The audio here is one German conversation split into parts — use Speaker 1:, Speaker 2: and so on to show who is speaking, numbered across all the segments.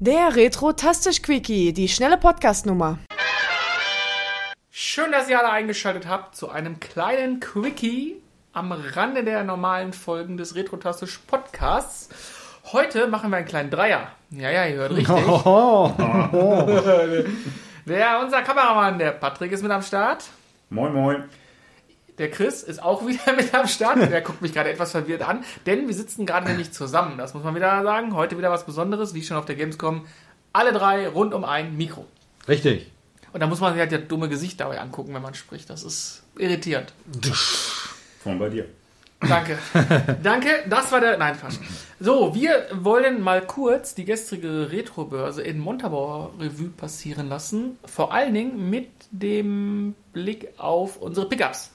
Speaker 1: Der Retro-Tastisch-Quickie, die schnelle Podcast-Nummer.
Speaker 2: Schön, dass ihr alle eingeschaltet habt zu einem kleinen Quickie am Rande der normalen Folgen des Retrotastisch Podcasts. Heute machen wir einen kleinen Dreier. Ja, ja, ihr hört richtig. der, unser Kameramann, der Patrick, ist mit am Start.
Speaker 3: Moin, moin.
Speaker 2: Der Chris ist auch wieder mit am Start. Der guckt mich gerade etwas verwirrt an, denn wir sitzen gerade nämlich zusammen. Das muss man wieder sagen. Heute wieder was Besonderes, wie schon auf der Gamescom. Alle drei rund um ein Mikro.
Speaker 4: Richtig.
Speaker 2: Und da muss man sich halt das dumme Gesicht dabei angucken, wenn man spricht. Das ist irritierend.
Speaker 3: Von bei dir.
Speaker 2: Danke. Danke, das war der. Nein, Quatsch. So, wir wollen mal kurz die gestrige Retrobörse in Montabaur Revue passieren lassen. Vor allen Dingen mit dem Blick auf unsere Pickups.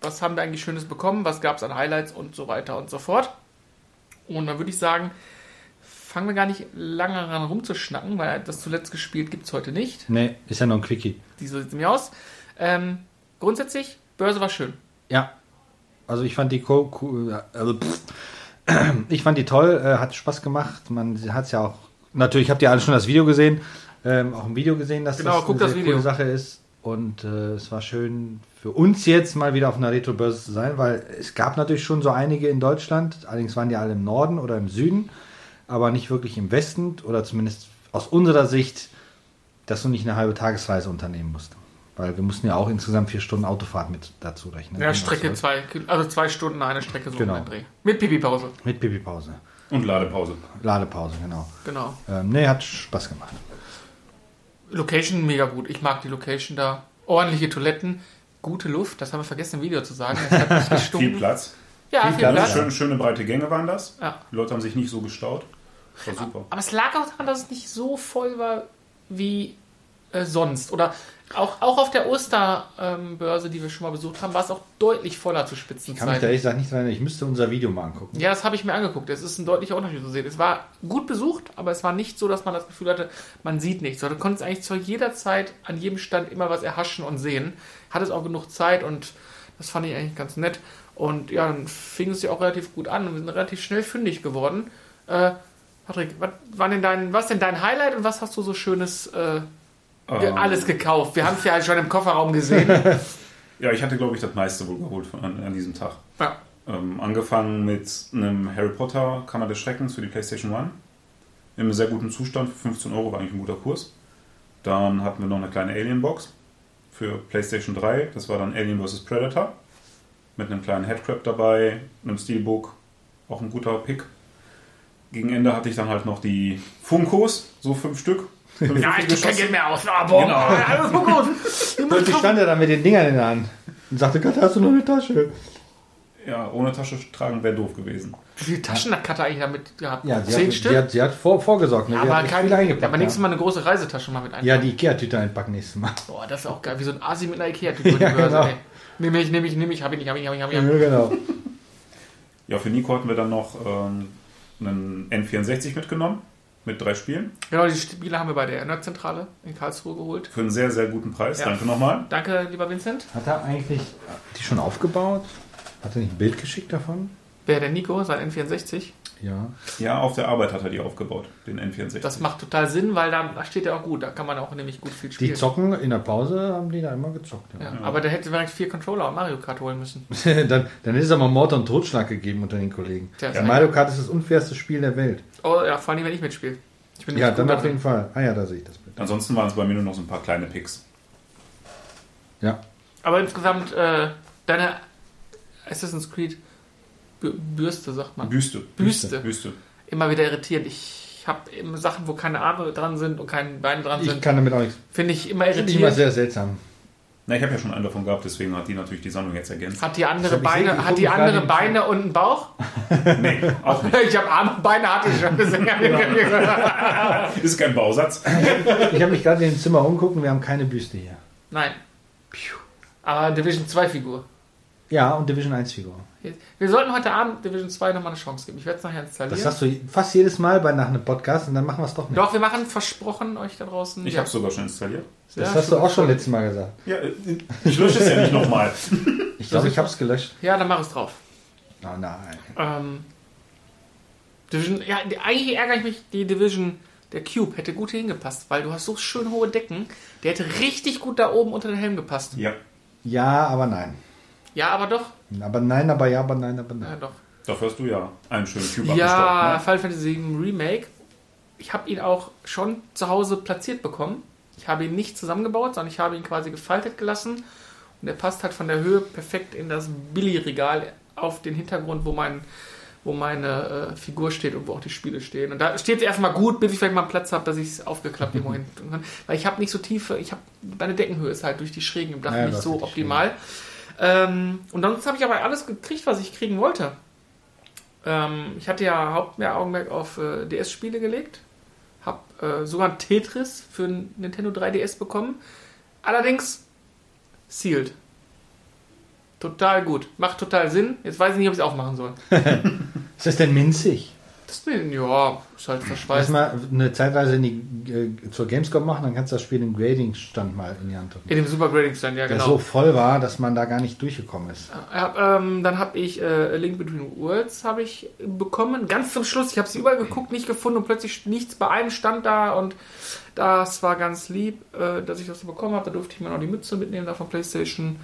Speaker 2: Was haben wir eigentlich Schönes bekommen? Was gab es an Highlights und so weiter und so fort? Und dann würde ich sagen, fangen wir gar nicht lange daran rumzuschnacken, weil das zuletzt gespielt gibt es heute nicht.
Speaker 4: Nee, ist ja noch ein Quickie.
Speaker 2: Die so sieht es mir aus. Ähm, grundsätzlich, Börse war schön.
Speaker 4: Ja. Also ich fand die Co Co- also, pff. ich fand die toll, äh, hat Spaß gemacht. Man hat es ja auch. Natürlich habt ihr alle schon das Video gesehen, ähm, auch im Video gesehen, dass
Speaker 2: Genau,
Speaker 4: das
Speaker 2: guckt das Video.
Speaker 4: coole Sache ist. Und äh, es war schön für uns jetzt mal wieder auf einer Retro-Börse zu sein, weil es gab natürlich schon so einige in Deutschland. Allerdings waren die alle im Norden oder im Süden, aber nicht wirklich im Westen oder zumindest aus unserer Sicht, dass du nicht eine halbe Tagesreise unternehmen musst. Weil wir mussten ja auch insgesamt vier Stunden Autofahrt mit dazu rechnen.
Speaker 2: Ja,
Speaker 4: Und
Speaker 2: Strecke
Speaker 4: das-
Speaker 2: zwei, Kil- also zwei Stunden eine Strecke so
Speaker 4: Genau.
Speaker 2: um den Dreh. Mit Pipi-Pause,
Speaker 4: Mit Pipi-Pause.
Speaker 3: Und Ladepause.
Speaker 4: Ladepause, genau.
Speaker 2: genau.
Speaker 4: Ähm, nee, hat Spaß gemacht.
Speaker 2: Location mega gut. Ich mag die Location da. Ordentliche Toiletten, gute Luft, das haben wir vergessen im Video zu sagen. Das hat nicht gestunken.
Speaker 3: Viel Platz.
Speaker 2: Ja, viel,
Speaker 3: Ganz
Speaker 2: Platz.
Speaker 3: Schön, schöne breite Gänge waren das.
Speaker 2: Ja.
Speaker 3: Die Leute haben sich nicht so gestaut. War super.
Speaker 2: Aber es lag auch daran, dass es nicht so voll war wie äh, sonst. Oder auch, auch auf der Osterbörse, ähm, Börse, die wir schon mal besucht haben, war es auch deutlich voller zu
Speaker 4: Ich kann mich da
Speaker 2: Spitzenzeiten.
Speaker 4: ehrlich gesagt nicht dran erinnern. Ich müsste unser Video mal angucken.
Speaker 2: Ja, das habe ich mir angeguckt. Es ist ein deutlicher Unterschied zu sehen. Es war gut besucht, aber es war nicht so, dass man das Gefühl hatte, man sieht nichts. Du konntest eigentlich zu jeder Zeit an jedem Stand immer was erhaschen und sehen. Hattest auch genug Zeit und das fand ich eigentlich ganz nett. Und ja, dann fing es ja auch relativ gut an und wir sind relativ schnell fündig geworden. Äh, Patrick, was, war denn dein, was denn dein Highlight und was hast du so Schönes äh, ge-
Speaker 3: Ähm,
Speaker 2: alles gekauft? Wir haben es ja halt schon im Kofferraum gesehen.
Speaker 3: Ja, ich hatte, glaube ich, das meiste wohl geholt von, an, an diesem Tag.
Speaker 2: ja.
Speaker 3: Ähm, angefangen mit einem Harry Potter Kammer des Schreckens für die PlayStation One. Im sehr guten Zustand. Für 15 Euro war eigentlich ein guter Kurs. Dann hatten wir noch eine kleine Alien-Box für PlayStation 3. Das war dann Alien vs. Predator. Mit einem kleinen Headcrab dabei, einem Steelbook. Auch ein guter Pick. Gegen Ende hatte ich dann halt noch die Funkos, so fünf Stück.
Speaker 2: Ja, ich kenne Geld mehr aus. Ah, boah.
Speaker 3: Genau.
Speaker 2: Alles so gut. Ich muss
Speaker 4: Plötzlich stand er da mit den Dingern in der Hand und sagte, Gott, hast du noch eine Tasche?
Speaker 3: Ja, ohne Tasche tragen wäre doof gewesen.
Speaker 2: Wie viele Taschen hat Katha eigentlich damit gehabt?
Speaker 4: Ja, sie
Speaker 2: Zehn
Speaker 4: hat,
Speaker 2: Stück?
Speaker 4: Sie hat, sie hat vor, vorgesorgt. Ne? sie
Speaker 2: aber
Speaker 4: hat echt
Speaker 2: kein,
Speaker 4: viel eingepackt.
Speaker 2: aber nächstes
Speaker 4: ja.
Speaker 2: Mal eine große Reisetasche mal mit ein.
Speaker 4: ja, die Ikea-Tüte einpacken nächstes Mal.
Speaker 2: Boah, das ist auch geil. Wie so ein Asi mit einer Ikea-Typ. über die
Speaker 4: Ja,
Speaker 2: Börse,
Speaker 4: genau.
Speaker 2: ey. Nimm ich, nimm ich, nimm ich. Hab ich nicht, hab ich nicht, hab ich
Speaker 4: Ja,
Speaker 2: nicht.
Speaker 4: genau.
Speaker 3: Ja, für Nico hatten wir dann noch ähm, einen N64 mitgenommen mit drei Spielen
Speaker 2: Genau, die Spiele haben wir bei der Nerdzentrale in Karlsruhe geholt.
Speaker 3: für einen sehr, sehr guten Preis.
Speaker 2: Ja.
Speaker 3: Danke nochmal.
Speaker 2: Danke, lieber Vincent.
Speaker 4: Hat er eigentlich die schon aufgebaut? Hat er nicht ein Bild geschickt davon?
Speaker 2: Wer der Nico, sein N64.
Speaker 4: Ja.
Speaker 3: Ja, auf der Arbeit hat er die aufgebaut, den N64.
Speaker 2: Das macht total Sinn, weil da steht er auch gut. Da kann man auch nämlich gut viel
Speaker 4: Die
Speaker 2: spielen.
Speaker 4: zocken in der Pause, haben die da immer gezockt. Ja.
Speaker 2: ja, aber da hätte man direkt vier Controller und Mario Kart holen müssen.
Speaker 4: dann, dann ist es aber Mord und Totschlag gegeben unter den Kollegen.
Speaker 2: Tja,
Speaker 4: Ja.
Speaker 2: ist
Speaker 4: Mario Kart ist das unfairste Spiel der Welt.
Speaker 2: Oh ja, vor allem, wenn ich mitspiele. Ich bin
Speaker 4: Ja,
Speaker 2: nämlich
Speaker 4: dann
Speaker 2: gut
Speaker 4: auf
Speaker 2: darin.
Speaker 4: jeden Fall. Ah ja, da sehe ich das Bild.
Speaker 3: Ansonsten waren es bei mir nur noch so ein paar kleine Picks.
Speaker 4: Ja.
Speaker 2: Aber insgesamt, äh, deine Assassin's Creed Bü- Bürste, sagt man.
Speaker 3: Büste.
Speaker 2: Büste.
Speaker 3: Büste.
Speaker 2: Immer wieder irritierend. Ich habe eben Sachen, wo keine Arme dran sind und keine Beine dran
Speaker 4: Ich
Speaker 2: sind,
Speaker 4: kann damit auch nichts.
Speaker 2: finde ich immer
Speaker 4: Finde ich immer
Speaker 2: irritierend.
Speaker 4: sehr seltsam.
Speaker 3: Na, ich habe ja schon einen davon gehabt, deswegen hat die natürlich die Sammlung jetzt ergänzt.
Speaker 2: Hat die andere
Speaker 4: Ich hab- ich seh-
Speaker 2: Beine,
Speaker 4: Also ich
Speaker 2: hat die
Speaker 4: guck gerade
Speaker 2: andere
Speaker 4: in-
Speaker 2: Beine und einen Bauch?
Speaker 3: Nee, auch nicht.
Speaker 2: Ich habe Arme, Beine hatte ich schon gesehen.
Speaker 3: Ist kein Bausatz.
Speaker 4: Ich habe mich gerade in dem Zimmer umgucken, wir haben keine Büste hier.
Speaker 2: Nein. Aber Division 2 Figur.
Speaker 4: Ja, und Division 1 Figur.
Speaker 2: Wir sollten heute Abend Division 2 nochmal eine Chance geben. Ich werde es nachher installieren.
Speaker 4: Das sagst du fast jedes Mal bei nach einem Podcast und dann machen wir es doch nicht.
Speaker 2: Doch, wir machen versprochen euch da draußen.
Speaker 3: Ich
Speaker 2: Ja.
Speaker 3: habe es sogar schon installiert.
Speaker 4: Das
Speaker 2: Ja,
Speaker 4: hast du auch schon letztes Mal gesagt.
Speaker 3: Ja, äh, ich lösche es ja nicht nochmal.
Speaker 4: Ich glaube, ich habe es gelöscht.
Speaker 2: Ja, dann mach es drauf.
Speaker 4: Oh nein.
Speaker 2: Ähm, Division, ja, die- eigentlich ärgere ich mich, die Division Der Cube hätte gut hier hingepasst, weil du hast so schön hohe Decken. Der hätte richtig gut da oben unter den Helm gepasst.
Speaker 3: Ja,
Speaker 4: Ja, aber nein.
Speaker 2: Ja, aber doch.
Speaker 4: Aber nein, aber ja, aber nein, aber
Speaker 2: Ja,
Speaker 4: nein.
Speaker 2: doch.
Speaker 3: dafür hast du ja einen schönen ne? Cube
Speaker 2: Ja,
Speaker 3: abgestaubt.
Speaker 2: Final Fantasy VII Remake. Ich habe ihn auch schon zu Hause platziert bekommen. Ich habe ihn nicht zusammengebaut, sondern ich habe ihn quasi gefaltet gelassen. Und er passt halt von der Höhe perfekt in das Billy-Regal auf den Hintergrund, wo, mein, wo meine äh, Figur steht und wo auch die Spiele stehen. Und da steht es erstmal gut, bis ich vielleicht mal einen Platz habe, dass ich es aufgeklappt irgendwo hin tun kann. Weil ich habe nicht so tiefe, ich habe meine Deckenhöhe ist halt durch die Schrägen im Dach
Speaker 4: Ja,
Speaker 2: nicht
Speaker 4: das
Speaker 2: so
Speaker 4: ist richtig
Speaker 2: optimal. Ähm, und sonst habe ich aber alles gekriegt, was ich kriegen wollte. Ähm, ich hatte ja Haupt mehr Augenmerk auf äh, DS-Spiele gelegt. Hab äh, sogar ein Tetris für ein Nintendo 3DS bekommen. Allerdings sealed. Total gut. Macht total Sinn. Jetzt weiß ich nicht, ob ich es aufmachen soll.
Speaker 4: Ist das denn minzig?
Speaker 2: Das ja, ist halt verschweißt.
Speaker 4: Lass mal eine Zeitweise in die, äh, zur Gamescom machen, dann kannst du das Spiel im Grading-Stand mal in die Hand drücken.
Speaker 2: In dem Super Grading Stand, ja
Speaker 4: Der
Speaker 2: genau.
Speaker 4: so voll war, dass man da gar nicht durchgekommen ist.
Speaker 2: Hab, ähm, dann habe ich äh, A Link Between Worlds habe ich bekommen. Ganz zum Schluss, ich habe sie überall geguckt, nicht gefunden und plötzlich nichts. Bei einem stand da und das war ganz lieb, äh, dass ich das bekommen habe. Da durfte ich mir noch die Mütze mitnehmen da von PlayStation.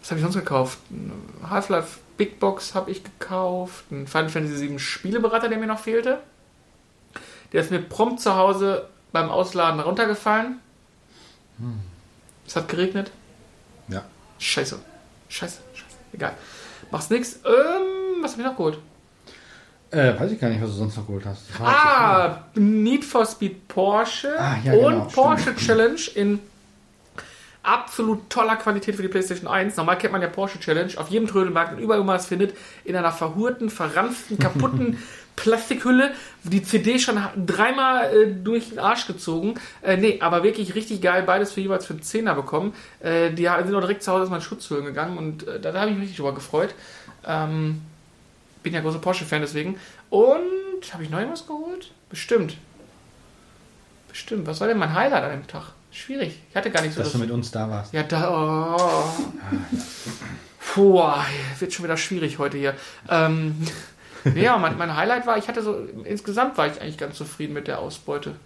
Speaker 2: Was habe ich sonst gekauft? Ein Half-Life Big Box habe ich gekauft. Ein Final Fantasy VII Spieleberater, der mir noch fehlte. Der ist mir prompt zu Hause beim Ausladen runtergefallen. Es hat geregnet.
Speaker 4: Ja.
Speaker 2: Scheiße. Scheiße. Scheiße. Egal. Machst nix. Ähm, was hab ich noch geholt?
Speaker 4: Äh, weiß ich gar nicht, was du sonst noch geholt hast. Das war jetzt so viel.
Speaker 2: Ah, Need for Speed Porsche
Speaker 4: Ah, ja,
Speaker 2: und
Speaker 4: genau, stimmt.
Speaker 2: Porsche Challenge in absolut toller Qualität für die PlayStation 1. Normal kennt man ja Porsche Challenge auf jedem Trödelmarkt und überall, wo man es findet, in einer verhurten, verranzten, kaputten Plastikhülle, die CD schon ha- dreimal äh, durch den Arsch gezogen. Äh, nee, aber wirklich richtig geil, beides für jeweils für einen Zehner bekommen. Äh, die ha- sind auch direkt zu Hause aus meinen Schutzhüllen gegangen und äh, da, da habe ich mich richtig drüber gefreut. Ähm, bin ja großer Porsche-Fan deswegen. Und habe ich noch irgendwas geholt? Bestimmt. Bestimmt. Was war denn mein Highlight an dem Tag? Schwierig. Ich hatte gar nicht so
Speaker 4: dass
Speaker 2: das-
Speaker 4: du mit uns da warst.
Speaker 2: ja, da. Oh. Puh, wird schon wieder schwierig heute hier. Ähm, ja, mein, mein Highlight war, ich hatte so, insgesamt war ich eigentlich ganz zufrieden mit der Ausbeute.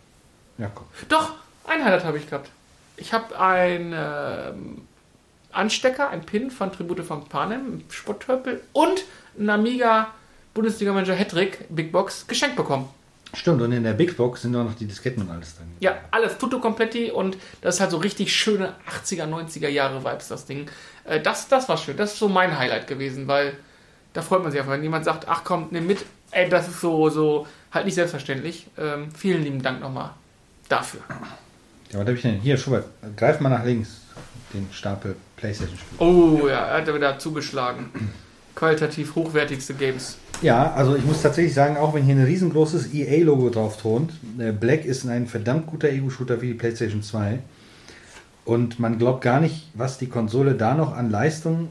Speaker 4: Ja, guck.
Speaker 2: Doch, ein Highlight habe ich gehabt. Ich habe einen ähm, Anstecker, ein Pin von Tribute von Panem, einen Sporttörpel und einen Amiga Bundesliga-Manager Hattrick Big Box geschenkt bekommen.
Speaker 4: Stimmt, und in der Big Box sind auch noch die Disketten und alles drin.
Speaker 2: Ja, alles tutto completi und das ist halt so richtig schöne 80er, 90er Jahre Vibes, das Ding. Äh, Das, das war schön. Das ist so mein Highlight gewesen, weil da freut man sich einfach, wenn jemand sagt, ach komm, nimm mit. Ey, das ist so, so halt nicht selbstverständlich. Ähm, vielen lieben Dank nochmal dafür.
Speaker 4: Ja, was hab ich denn? Hier, Schubert, greif mal nach links den Stapel Playstation-Spiele.
Speaker 2: Oh ja, er hat wieder zugeschlagen. Qualitativ hochwertigste Games.
Speaker 4: Ja, also ich muss tatsächlich sagen, auch wenn hier ein riesengroßes EA-Logo drauf thront, äh, Black ist ein verdammt guter Ego-Shooter für die PlayStation 2. Und man glaubt gar nicht, was die Konsole da noch an Leistung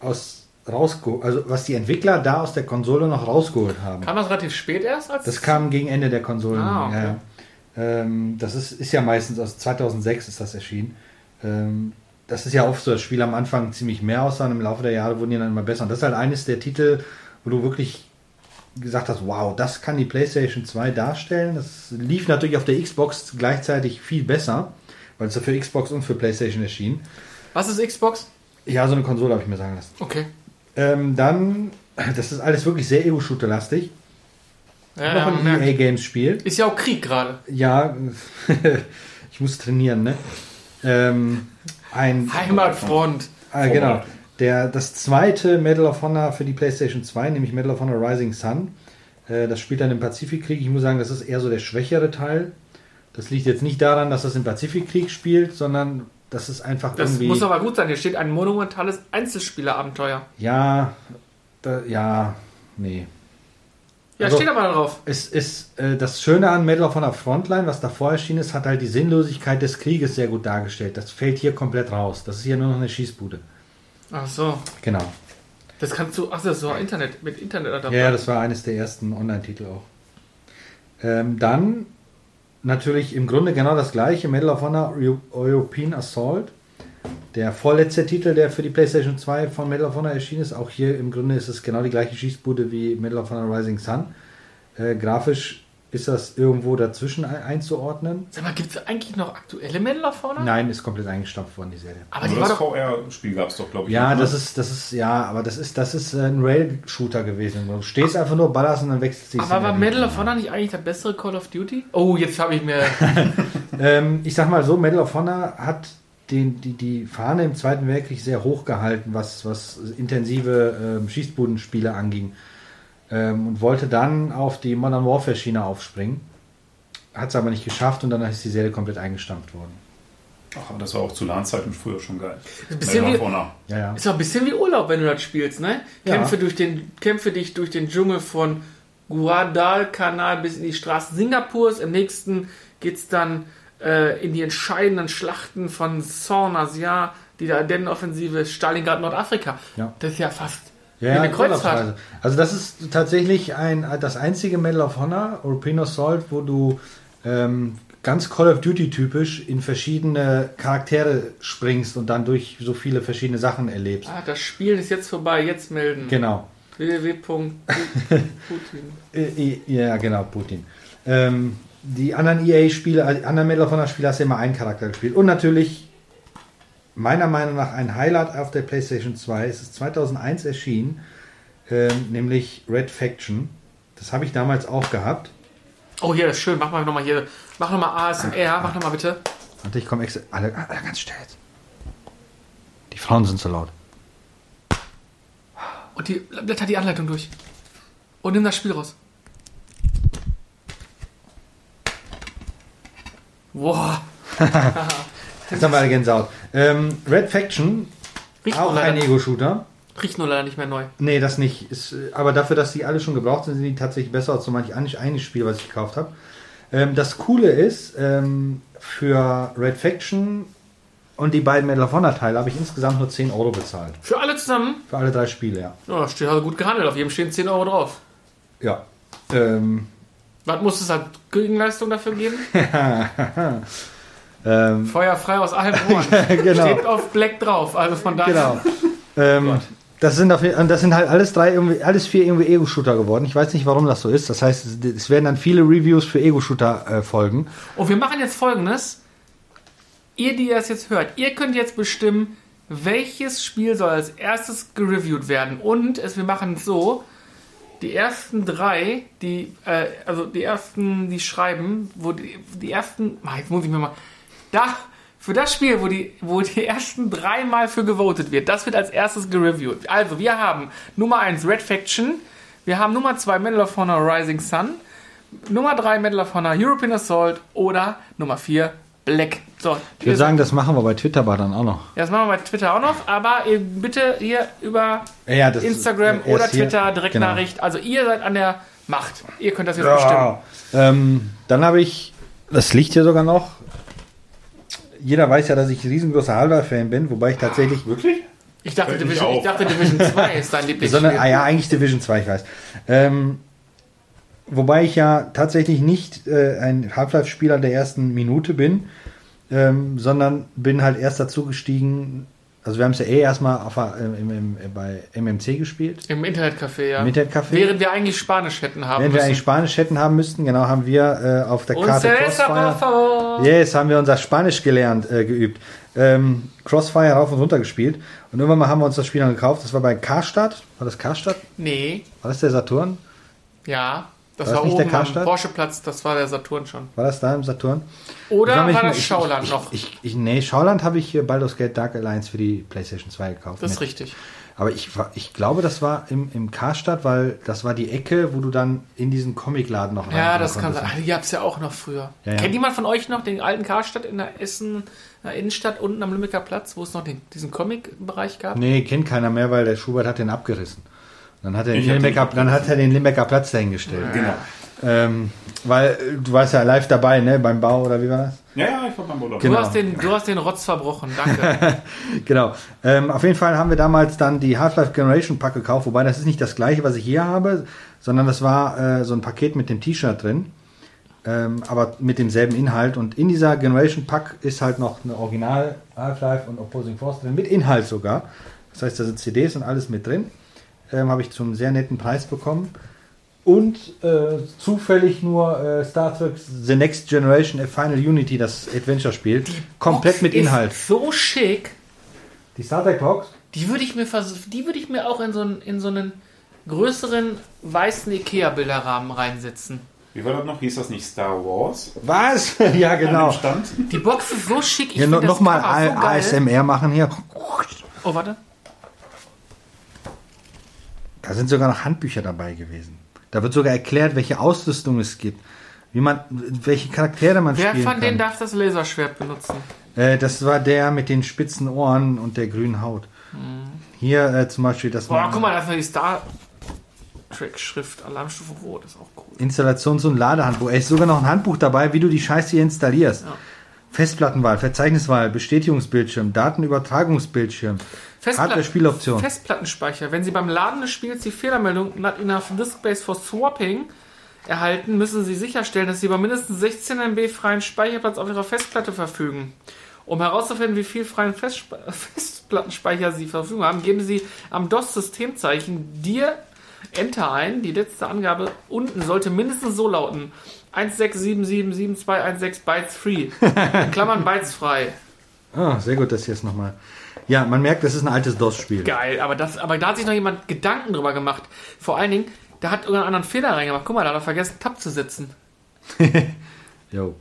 Speaker 4: aus rausgeholt, also was die Entwickler da aus der Konsole noch rausgeholt haben.
Speaker 2: Kam das relativ spät erst? Als
Speaker 4: Das kam gegen Ende der Konsolen.
Speaker 2: Ah, okay.
Speaker 4: ja, ja. Ähm, das ist, ist ja meistens aus 2006 ist das erschienen. Ähm, das ist ja oft so, das Spiel am Anfang ziemlich mehr aussah und im Laufe der Jahre wurden die dann immer besser. Und das ist halt eines der Titel, wo du wirklich gesagt hast, wow, das kann die PlayStation 2 darstellen. Das lief natürlich auf der Xbox gleichzeitig viel besser, weil es ja für Xbox und für PlayStation erschien.
Speaker 2: Was ist Xbox?
Speaker 4: Ja, so eine Konsole habe ich mir sagen lassen.
Speaker 2: Okay.
Speaker 4: Ähm, dann, das ist alles wirklich sehr Ego-Shooter-lastig.
Speaker 2: Ja, ja,
Speaker 4: Noch
Speaker 2: man
Speaker 4: ein E
Speaker 2: merkt.
Speaker 4: EA-Games-Spiel.
Speaker 2: ist ja auch Krieg gerade.
Speaker 4: Ja, ich muss trainieren, ne? Ähm, ein,
Speaker 2: Heimatfront.
Speaker 4: ah, genau. Der, das zweite Medal of Honor für die PlayStation 2, nämlich Medal of Honor Rising Sun. Äh, das spielt dann im Pazifikkrieg. Ich muss sagen, das ist eher so der schwächere Teil. Das liegt jetzt nicht daran, dass das im Pazifikkrieg spielt, sondern das ist einfach
Speaker 2: Das
Speaker 4: irgendwie.
Speaker 2: muss aber gut sein. Hier steht ein monumentales Einzelspielerabenteuer.
Speaker 4: ja, da, ja, nee.
Speaker 2: Ja,
Speaker 4: Also-
Speaker 2: steht aber drauf.
Speaker 4: Es ist äh, das Schöne an Medal of Honor Frontline, was davor erschienen ist, hat halt die Sinnlosigkeit des Krieges sehr gut dargestellt. Das fällt hier komplett raus. Das ist hier nur noch eine Schießbude.
Speaker 2: Ach so.
Speaker 4: Genau.
Speaker 2: Das kannst du. Ach, das ist so Internet. Mit Internet.
Speaker 4: Ja, ja, das war eines der ersten Online-Titel auch. Ähm, dann natürlich im Grunde genau das gleiche: Medal of Honor Eu- European Assault. Der vorletzte Titel, der für die PlayStation 2 von Medal of Honor erschienen ist. Auch hier im Grunde ist es genau die gleiche Schießbude wie Medal of Honor Rising Sun. Äh, grafisch Ist das irgendwo dazwischen ein- einzuordnen?
Speaker 2: Sag mal, gibt es eigentlich noch aktuelle Mädel vorne?
Speaker 4: Nein, ist komplett eingestampft worden, die Serie.
Speaker 2: Aber
Speaker 3: Aber
Speaker 2: die
Speaker 3: Also das
Speaker 2: war doch.
Speaker 3: VR-Spiel gab es doch, glaube ich.
Speaker 4: Ja,
Speaker 3: nicht,
Speaker 4: das
Speaker 3: ne?
Speaker 4: ist, das ist, ja, aber das ist, das ist äh, ein Rail-Shooter gewesen. Du stehst einfach nur, ballerst und dann wechselt sich
Speaker 2: Aber war Medal of Honor nicht eigentlich der bessere Call of Duty? Oh, jetzt habe ich mir.
Speaker 4: Ähm, ich sag mal so, Medal of Honor hat den, die, die Fahne im Zweiten Weltkrieg sehr hoch gehalten, was, was intensive ähm, Schießbudenspiele anging. Ähm, und wollte dann auf die Modern Warfare-Schiene aufspringen. Hat es aber nicht geschafft und dann ist die Serie komplett eingestampft worden.
Speaker 3: Ach, aber das war auch zu LAN-Zeiten früher schon geil.
Speaker 2: Ein bisschen
Speaker 3: Medal
Speaker 2: wie-
Speaker 3: of Honor.
Speaker 4: Ja, ja.
Speaker 2: Ist doch ein bisschen wie Urlaub, wenn du das spielst, ne?
Speaker 4: Ja.
Speaker 2: Kämpfe, durch den, kämpfe dich durch den Dschungel von Guadalcanal bis in die Straßen Singapurs. Im nächsten geht's dann äh, in die entscheidenden Schlachten von Saint-Nazaire, die der Ardennen-Offensive, Stalingrad, Nordafrika.
Speaker 4: Ja.
Speaker 2: Das ist ja fast
Speaker 4: Ja,
Speaker 2: wie
Speaker 4: ja,
Speaker 2: eine Kreuzfahrt.
Speaker 4: Urlaubsreise. Also das ist tatsächlich ein, das einzige Medal of Honor, European Assault, wo du ähm, ganz Call of Duty typisch in verschiedene Charaktere springst und dann durch so viele verschiedene Sachen erlebst.
Speaker 2: Ah, das Spiel ist jetzt vorbei, jetzt melden.
Speaker 4: Genau.
Speaker 2: www.putin.
Speaker 4: Äh, äh, Ja, genau, Putin. Ähm, die anderen EA-Spiele, also die anderen Medal of Honor-Spiele hast du immer einen Charakter gespielt. Und natürlich, meiner Meinung nach, ein Highlight auf der PlayStation 2. Es ist 2001 erschienen, ähm, nämlich Red Faction. Das habe ich damals auch gehabt.
Speaker 2: Oh, hier, das ist schön. Mach mal nochmal hier. Mach nochmal ASMR. Mach nochmal bitte.
Speaker 4: Warte, ich komme extra. Alle, alle ganz still jetzt. Die Frauen sind so laut.
Speaker 2: Und die, blätter die Anleitung durch. Und nimm das Spiel raus. Boah.
Speaker 4: Jetzt haben wir alle Gänsehaut. Ähm, Red Faction,
Speaker 2: Riecht nur,
Speaker 4: auch ein
Speaker 2: leider,
Speaker 4: Ego-Shooter.
Speaker 2: riecht nur leider nicht mehr neu.
Speaker 4: Nee, das nicht. Ist, äh, aber dafür, dass die alle schon gebraucht sind, sind die tatsächlich besser als so manch an- eines Spiel, was ich gekauft habe. Ähm, das Coole ist, ähm, für Red Faction und die beiden Medal of Honor Teile habe ich insgesamt nur 10 Euro bezahlt.
Speaker 2: Für alle zusammen.
Speaker 4: Für alle drei Spiele, ja.
Speaker 2: Ja, steht also gut gehandelt. Auf jedem stehen 10 Euro drauf.
Speaker 4: Ja. Ähm,
Speaker 2: Was muss es halt Gegenleistung dafür geben?
Speaker 4: ähm,
Speaker 2: Feuerfrei aus allen Ohren.
Speaker 4: genau.
Speaker 2: Steht auf Black drauf. Also von daher.
Speaker 4: Genau. ähm, das, sind auf, jeden- und das sind halt alles drei, irgendwie, alles vier irgendwie Ego-Shooter geworden. Ich weiß nicht, warum das so ist. Das heißt, es, es werden dann viele Reviews für Ego-Shooter äh, folgen.
Speaker 2: Und wir machen jetzt folgendes. Ihr, die das jetzt hört, ihr könnt jetzt bestimmen, welches Spiel soll als erstes gereviewt werden. Und es, wir machen es so, die ersten drei, die, äh, also die ersten, die schreiben, wo die, die ersten, Ah, jetzt muss ich mir mal, da, für das Spiel, wo die, wo die ersten dreimal für gewotet wird, das wird als erstes gereviewt. Also, wir haben Nummer 1 Red Faction, wir haben Nummer 2 Medal of Honor Rising Sun, Nummer 3 Medal of Honor European Assault oder Nummer 4 Black. So,
Speaker 4: Ich würde sagen, das machen wir bei Twitter aber dann auch noch.
Speaker 2: das machen wir bei Twitter auch noch, aber ihr bitte hier über
Speaker 4: Ja, das-
Speaker 2: Instagram
Speaker 4: äh, erst
Speaker 2: oder
Speaker 4: hier- Genau.
Speaker 2: Twitter Direktnachricht. Also ihr seid an der Macht. Ihr könnt das jetzt bestimmen.
Speaker 4: Ähm, dann habe ich, das liegt hier sogar noch. Jeder weiß ja, dass ich riesengroßer Halber-Fan bin, wobei ich tatsächlich.
Speaker 3: Wirklich?
Speaker 2: Ich dachte,
Speaker 3: Fällt nicht
Speaker 2: Division, ich
Speaker 3: auf.
Speaker 2: dachte, Division 2 ist dein
Speaker 4: Sondern, ah
Speaker 2: Lieblingsspiel.
Speaker 4: ja, eigentlich Division 2, ich weiß. Ähm, wobei ich ja tatsächlich nicht äh, ein Half-Life-Spieler der ersten Minute bin, ähm, sondern bin halt erst dazu gestiegen. Also, wir haben es ja eh erstmal auf, der- im, im, im, bei MMC gespielt.
Speaker 2: Im Internetcafé, ja.
Speaker 4: Im Internetcafé.
Speaker 2: Während wir eigentlich Spanisch hätten haben
Speaker 4: Wenn wir eigentlich
Speaker 2: müssen.
Speaker 4: Spanisch hätten haben müssten, genau, haben wir äh, auf der
Speaker 2: Und
Speaker 4: Karte
Speaker 2: Cereza,
Speaker 4: Crossfire.
Speaker 2: por favor.
Speaker 4: Yes, haben wir unser Spanisch gelernt, äh, geübt. Ähm, Crossfire rauf und runter gespielt. Und irgendwann mal haben wir uns das Spiel dann gekauft. Das war bei Karstadt. War das Karstadt?
Speaker 2: Nee,
Speaker 4: War das der Saturn?
Speaker 2: ja. Das
Speaker 4: War das
Speaker 2: war
Speaker 4: nicht der
Speaker 2: oben am
Speaker 4: Karstadt?
Speaker 2: Porscheplatz, das war der Saturn schon.
Speaker 4: War das da im Saturn?
Speaker 2: Oder
Speaker 4: Ich
Speaker 2: war,
Speaker 4: mich mal-
Speaker 2: das
Speaker 4: ich-
Speaker 2: Schauland
Speaker 4: ich,
Speaker 2: noch?
Speaker 4: Ich, ich, ich, nee, Schauland habe ich hier Baldur's Gate Dark Alliance für die PlayStation 2 gekauft.
Speaker 2: das ist
Speaker 4: Mit-
Speaker 2: richtig.
Speaker 4: Aber ich, war- ich glaube, das war im, im Karstadt, weil das war die Ecke, wo du dann in diesen Comicladen noch
Speaker 2: Ja,
Speaker 4: reingehen
Speaker 2: das kann sein.
Speaker 4: konntest.
Speaker 2: Ah, Die gab's ja auch noch früher.
Speaker 4: Ja, ja.
Speaker 2: Kennt jemand von euch noch den alten Karstadt in der Essen, in der Innenstadt unten am Lübecker Platz, wo es noch den, diesen Comic-Bereich gab?
Speaker 4: Nee, kennt keiner mehr, weil der Schubert hat den abgerissen. Dann hat er den,
Speaker 3: Ich hab den
Speaker 4: Limbecker, dann hat er den Limbecker Platz dahingestellt.
Speaker 3: Genau.
Speaker 4: Ähm, weil äh, du warst ja live dabei, ne? Beim Bau oder wie war
Speaker 3: Ja, ja, ich war beim Urlaub.
Speaker 2: Du,
Speaker 4: Genau.
Speaker 2: hast den, du hast den Rotz verbrochen, danke.
Speaker 4: das? Genau. Ähm, auf jeden Fall haben wir damals dann die Half-Life Generation Pack gekauft, wobei das ist nicht das gleiche, was ich hier habe, sondern das war äh, so ein Paket mit dem T-Shirt drin, ähm, aber mit demselben Inhalt. Und in dieser Generation Pack ist halt noch eine Original Half-Life und Opposing Force drin, mit Inhalt sogar. Das heißt, da sind CDs und alles mit drin. Ähm, habe ich zum sehr netten Preis bekommen. und äh, zufällig nur äh, Star Trek The Next Generation A Final Unity, das Adventure-Spiel, komplett
Speaker 2: Box
Speaker 4: mit Inhalt.
Speaker 2: Ist so schick.
Speaker 4: Die Star Trek Box?
Speaker 2: Die würde ich mir vers die würde ich mir auch in so einen in so einen größeren weißen Ikea Bilderrahmen reinsetzen.
Speaker 3: Wie war das noch? Hieß das nicht Star Wars?
Speaker 4: Was? ja,
Speaker 3: An
Speaker 4: genau.
Speaker 3: dem Stand?
Speaker 2: Die Box ist so schick. Ich
Speaker 4: Hier
Speaker 2: find
Speaker 4: no,
Speaker 2: das
Speaker 4: nochmal
Speaker 2: Cover so geil.
Speaker 4: ASMR machen hier.
Speaker 2: Oh, warte.
Speaker 4: Da sind sogar noch Handbücher dabei gewesen. Da wird sogar erklärt, welche Ausrüstung es gibt. Wie man, welche Charaktere man
Speaker 2: Wer
Speaker 4: spielen
Speaker 2: von denen
Speaker 4: kann.
Speaker 2: darf das Laserschwert benutzen?
Speaker 4: äh, das war der mit den spitzen Ohren und der grünen Haut. Hier äh, zum Beispiel, dass
Speaker 2: Boah,
Speaker 4: man
Speaker 2: guck mal, da ist noch die Star Trek Schrift Alarmstufe Rot, ist auch cool.
Speaker 4: Installations- und Ladehandbuch. Er ist sogar noch ein Handbuch dabei, wie du die Scheiße hier installierst.
Speaker 2: Ja.
Speaker 4: Festplattenwahl, Verzeichniswahl, Bestätigungsbildschirm, Datenübertragungsbildschirm, Hardware-Spieloption.
Speaker 2: Festplattenspeicher. Wenn Sie beim Laden des Spiels die Fehlermeldung Not enough disk space for swapping erhalten, müssen Sie sicherstellen, dass Sie über mindestens 16 MB freien Speicherplatz auf Ihrer Festplatte verfügen. Um herauszufinden, wie viel freien Festspe Festplattenspeicher Sie verfügen haben, geben Sie am DOS-Systemzeichen dir Enter ein. Die letzte Angabe unten sollte mindestens so lauten. 16777216 Bytes free. In Klammern Bytes frei.
Speaker 4: Ah, sehr gut, das hier ist nochmal. Ja, man merkt, das ist ein altes DOS-Spiel.
Speaker 2: Geil, aber, das, aber da hat sich noch jemand Gedanken drüber gemacht. Vor allen Dingen, da hat irgendeiner einen anderen Fehler reingemacht. Guck mal, da hat er vergessen, Tab zu setzen.
Speaker 4: Jo.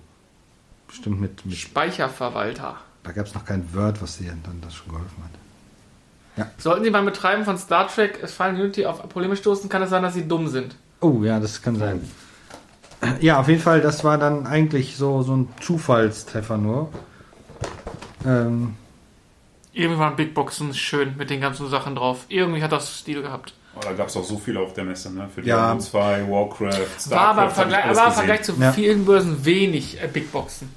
Speaker 4: Bestimmt mit, mit
Speaker 2: Speicherverwalter.
Speaker 4: Da gab es noch kein Word, was dir dann das schon geholfen hat.
Speaker 2: Sollten Sie beim Betreiben von Star Trek Final Unity auf Probleme stoßen, kann es sein, dass Sie dumm sind.
Speaker 4: Oh ja, das kann sein. Ja, auf jeden Fall, das war dann eigentlich so, so ein Zufallstreffer nur. Ähm,
Speaker 2: Irgendwie waren Big Boxen schön mit den ganzen Sachen drauf. Irgendwie hat das Stil gehabt.
Speaker 3: Oh, da gab es auch so viel auf der Messe, ne? Für
Speaker 4: Ja.
Speaker 3: Diablo 2, Warcraft, Starcraft.
Speaker 2: War aber im
Speaker 3: hab ich
Speaker 2: Vergleich,
Speaker 3: alles
Speaker 2: aber im
Speaker 3: gesehen.
Speaker 2: Vergleich zu
Speaker 4: Ja.
Speaker 2: vielen Börsen wenig äh, Big Boxen.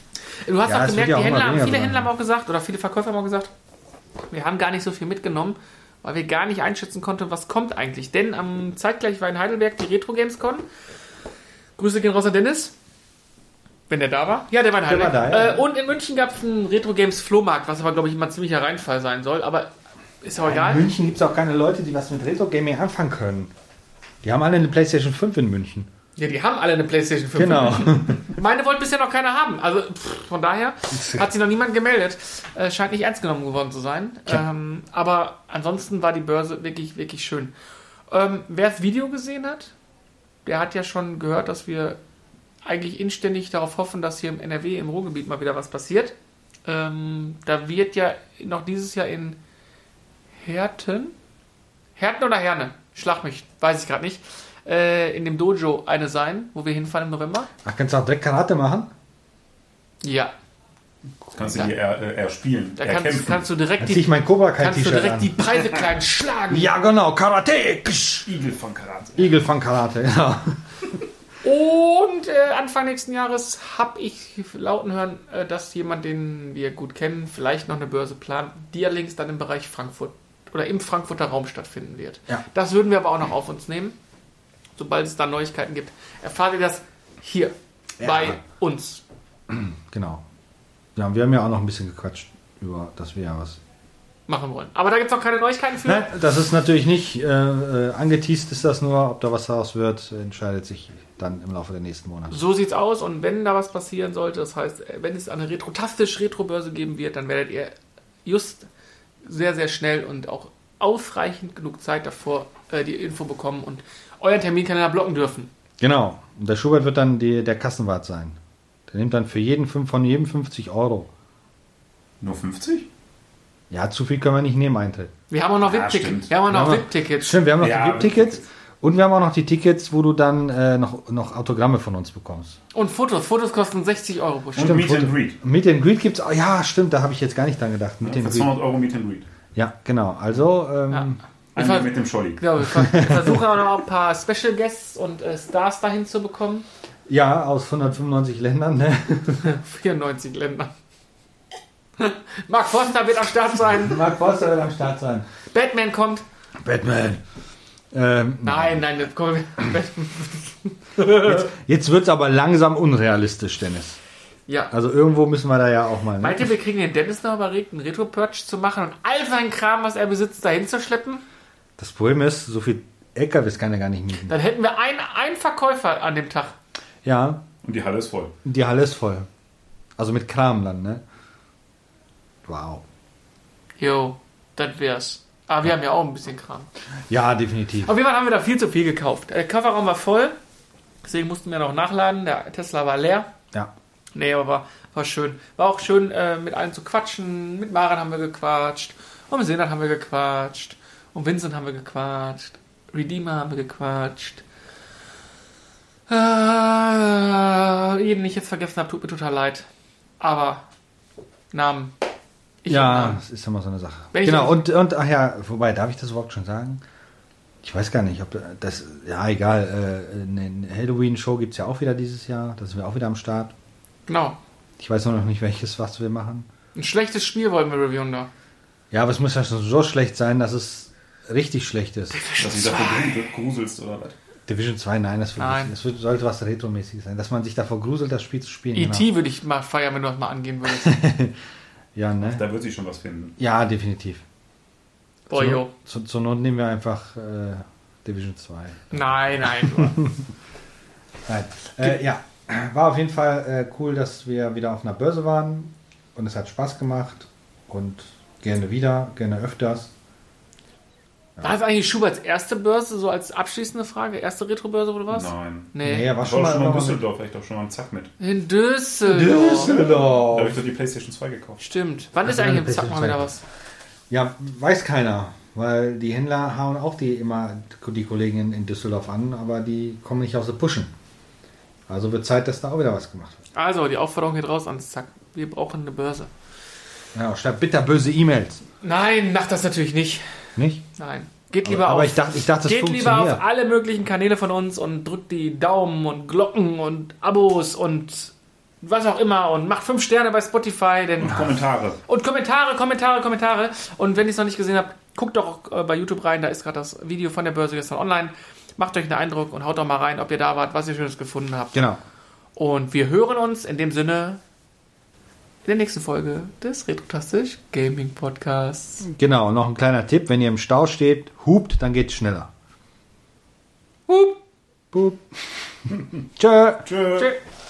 Speaker 2: Du hast
Speaker 4: Ja,
Speaker 2: auch
Speaker 4: es wird
Speaker 2: gemerkt,
Speaker 4: ja
Speaker 2: die
Speaker 4: auch immer
Speaker 2: Händler, haben-
Speaker 4: weniger
Speaker 2: viele
Speaker 4: geworden.
Speaker 2: Händler haben auch gesagt, oder viele Verkäufer haben auch gesagt, wir haben gar nicht so viel mitgenommen, weil wir gar nicht einschätzen konnten, was kommt eigentlich. Denn am zeitgleich war in Heidelberg die Retro Gamescon. Grüße gehen raus an Dennis. Wenn der da war. Ja, der war in
Speaker 4: Der
Speaker 2: Heidelberg.
Speaker 4: war da, ja.
Speaker 2: äh, und in München gab es einen Retro Games Flohmarkt, was aber, glaube ich, immer ein ziemlicher Reinfall sein soll. Aber ist ja auch
Speaker 4: in
Speaker 2: egal.
Speaker 4: München gibt es auch keine Leute, die was mit Retro-Gaming anfangen können. Die haben alle eine PlayStation 5 in München.
Speaker 2: Ja, die haben alle eine PlayStation 5.
Speaker 4: Genau.
Speaker 2: Meine wollte bisher noch keiner haben. Also pff, von daher hat sich noch niemand gemeldet. Äh, scheint nicht ernst genommen geworden zu sein.
Speaker 4: Tja.
Speaker 2: Ähm, aber ansonsten war die Börse wirklich, wirklich schön. Ähm, wer das Video gesehen hat, der hat ja schon gehört, dass wir eigentlich inständig darauf hoffen, dass hier im NRW, im Ruhrgebiet mal wieder was passiert. Ähm, da wird ja noch dieses Jahr in Herten, Herten oder Herne, schlag mich, weiß ich gerade nicht, äh, in dem Dojo eine sein, wo wir hinfahren im November.
Speaker 4: Ach, kannst du auch direkt Karate machen?
Speaker 2: Ja,
Speaker 3: Kannst du die er, äh, erspielen,
Speaker 2: Da
Speaker 3: erkämpfen.
Speaker 2: kannst, kannst du direkt,
Speaker 4: Dann zieh ich
Speaker 2: die,
Speaker 4: mein Cobra Kai
Speaker 2: kannst du
Speaker 4: T-Shirt
Speaker 2: direkt die
Speaker 4: an.
Speaker 2: Preise klein schlagen.
Speaker 4: Ja, genau, Karate! Ksch.
Speaker 3: Igel von Karate.
Speaker 4: Igel von Karate, ja.
Speaker 2: Und äh, Anfang nächsten Jahres habe ich lauten hören, äh, dass jemand, den wir gut kennen, vielleicht noch eine Börse plant, die allerdings dann im Bereich Frankfurt oder im Frankfurter Raum stattfinden wird.
Speaker 4: Ja.
Speaker 2: Das würden wir aber auch noch auf uns nehmen, sobald es da Neuigkeiten gibt. Erfahrt ihr das hier
Speaker 4: Ja.
Speaker 2: bei uns.
Speaker 4: Genau. Ja, wir haben ja auch noch ein bisschen gequatscht über, dass wir ja was
Speaker 2: Machen wollen. Aber da gibt es noch keine Neuigkeiten für.
Speaker 4: Nein, Ne? das ist natürlich nicht. Äh, äh, angeteased ist das nur. Ob da was daraus wird, entscheidet sich dann im Laufe der nächsten Monate.
Speaker 2: So sieht's aus und wenn da was passieren sollte, das heißt, äh, wenn es eine retrotastisch Retrobörse geben wird, dann werdet ihr just sehr, sehr schnell und auch ausreichend genug Zeit davor äh, die Info bekommen und euren Terminkalender blocken dürfen.
Speaker 4: Genau. Und der Schubert wird dann die, der Kassenwart sein. Der nimmt dann für jeden fünf, von jedem 50 Euro.
Speaker 3: Nur 50?
Speaker 4: Ja, zu viel können wir nicht nehmen, Eintritt.
Speaker 2: Wir haben auch noch
Speaker 3: Ja,
Speaker 2: VIP-Tickets.
Speaker 3: stimmt.
Speaker 2: Wir haben auch noch
Speaker 4: Wir haben-
Speaker 2: VIP-Tickets.
Speaker 4: Stimmt, wir haben noch
Speaker 3: Ja,
Speaker 4: die VIP-Tickets und wir haben auch noch die Tickets, wo du dann äh, noch, noch Autogramme von uns bekommst.
Speaker 2: Und Fotos. Fotos kosten 60 Euro pro Stück.
Speaker 3: Und Meet
Speaker 4: Foto-
Speaker 3: and Greet.
Speaker 4: Meet and Greet gibt's auch. Ja, stimmt, da habe ich jetzt gar nicht dran gedacht. Meet
Speaker 3: Ja, für
Speaker 4: and Greet.
Speaker 3: 200 Euro Meet and Greet.
Speaker 4: Ja, genau. Also, ähm,
Speaker 2: Ja. Ich
Speaker 3: Einmal
Speaker 2: ver-
Speaker 3: mit dem Scholli.
Speaker 2: Genau, wir ver- wir versuchen auch noch ein paar Special Guests und äh, Stars dahin zu bekommen.
Speaker 4: ja, aus 195 Ländern. Ne?
Speaker 2: 94 Länder. Mark Forster wird am Start sein.
Speaker 4: Mark Forster wird am Start sein.
Speaker 2: Batman kommt.
Speaker 4: Batman. Ähm,
Speaker 2: Nein, nein, jetzt kommen wir.
Speaker 4: Jetzt wird es aber langsam unrealistisch, Dennis.
Speaker 2: Ja.
Speaker 4: Also irgendwo müssen wir da ja auch mal. Ne?
Speaker 2: Meint ihr, wir kriegen den Dennis noch überregt, einen Retro-Purge zu machen und all seinen Kram, was er besitzt, dahin zu schleppen?
Speaker 4: Das Problem ist, so viel LKWs kann er gar nicht mieten.
Speaker 2: Dann hätten wir einen, einen Verkäufer an dem Tag.
Speaker 4: Ja,
Speaker 3: Und die Halle ist voll.
Speaker 4: die Halle ist voll. Also mit Kram dann, ne? Wow.
Speaker 2: Jo, das wär's. Aber wir haben ja auch ein bisschen Kram.
Speaker 4: Ja, definitiv.
Speaker 2: Auf jeden Fall haben wir da viel zu viel gekauft. Der Kofferraum war voll, deswegen mussten wir noch nachladen. Der Tesla war leer.
Speaker 4: Ja.
Speaker 2: Nee, aber war, war schön. War auch schön, äh, mit allen zu quatschen. Mit Maren haben wir gequatscht. Und mit Senat haben wir gequatscht. Und Vincent haben wir gequatscht. Redeemer haben wir gequatscht. Äh, jeden, den ich jetzt vergessen habe, tut mir total leid. Aber Namen. Ich hab
Speaker 4: ja,
Speaker 2: Namen.
Speaker 4: das ist immer so eine Sache.
Speaker 2: Wenn ich-
Speaker 4: genau, und, und, ach ja, wobei, darf ich das überhaupt schon sagen? Ich weiß gar nicht, ob da- das, ja, egal. Äh, eine Halloween-Show gibt es ja auch wieder dieses Jahr. Da sind wir auch wieder am Start.
Speaker 2: Genau.
Speaker 4: Ich weiß nur noch nicht, welches, was wir machen.
Speaker 2: Ein schlechtes Spiel wollen wir reviewen da.
Speaker 4: Ja, aber es muss ja schon so schlecht sein, dass es richtig schlecht ist.
Speaker 3: Dass du dafür grusel- gruselst oder was?
Speaker 4: Division 2, nein, das, wird
Speaker 2: Nein.
Speaker 4: Nicht, das wird, sollte was Retromäßiges sein. Dass man sich davor gruselt, das Spiel zu spielen. Genau.
Speaker 2: E.T. E würde ich mal feiern, wenn du das mal angehen würdest.
Speaker 4: Ja, ne?
Speaker 3: Da wird sich schon was finden.
Speaker 4: Ja, definitiv.
Speaker 2: Boah,
Speaker 4: Zur-
Speaker 2: jo.
Speaker 4: Zu, zur Not nehmen wir einfach äh, Division 2.
Speaker 2: Nein, nein. du.
Speaker 4: Nein. Äh, ja, war auf jeden Fall äh, cool, dass wir wieder auf einer Börse waren und es hat Spaß gemacht und gerne wieder, gerne öfters.
Speaker 2: War das eigentlich Schuberts erste Börse, so als abschließende Frage? Erste Retro-Börse, wo du warst?
Speaker 3: Nein.
Speaker 2: Nee.
Speaker 4: Nee, er war
Speaker 3: Ich
Speaker 4: schon
Speaker 3: war
Speaker 4: mal,
Speaker 3: schon mal in
Speaker 4: war mal
Speaker 3: Düsseldorf, vielleicht auch schon mal einen Zack mit.
Speaker 2: In Düsseldorf.
Speaker 3: Da habe
Speaker 4: Düsseldorf.
Speaker 3: ich doch die Playstation 2 gekauft.
Speaker 2: Stimmt. Wann ist
Speaker 4: Hast du
Speaker 2: eigentlich im
Speaker 4: eine
Speaker 2: Zack mal
Speaker 4: PlayStation
Speaker 2: wieder was?
Speaker 4: Ja, weiß keiner, weil die Händler hauen auch die immer die Kollegen in, in Düsseldorf an, aber die kommen nicht aus der Pushen. Also wird Zeit, dass da auch wieder was gemacht wird.
Speaker 2: Also, die Aufforderung geht raus ans Zack. Wir brauchen eine Börse.
Speaker 4: Ja, schreibt bitterböse E-Mails,
Speaker 2: Nein, macht das natürlich nicht.
Speaker 4: nicht?
Speaker 2: Nein. Geht lieber
Speaker 4: Aber, aber
Speaker 2: auf.
Speaker 4: ich dachte, ich dachte, das
Speaker 2: Geht lieber
Speaker 4: funktioniert.
Speaker 2: auf alle möglichen Kanäle von uns und drückt die Daumen und Glocken und Abos und was auch immer und macht fünf Sterne bei Spotify, denn
Speaker 3: Und Kommentare.
Speaker 2: Und Kommentare, Kommentare, Kommentare. Und wenn ihr es noch nicht gesehen habt, guckt doch äh, bei YouTube rein. Da ist gerade das Video von der Börse gestern online. Macht euch einen Eindruck und haut doch mal rein, ob ihr da wart, was ihr Schönes gefunden habt.
Speaker 4: Genau.
Speaker 2: Und wir hören uns in dem Sinne in der nächsten Folge des Retrotastisch Gaming Podcasts.
Speaker 4: Genau, noch ein kleiner Tipp, wenn ihr im Stau steht, hupt, dann geht's schneller.
Speaker 2: Hup.
Speaker 4: Boop. Tschö.
Speaker 3: Tschö.
Speaker 2: Tschüss.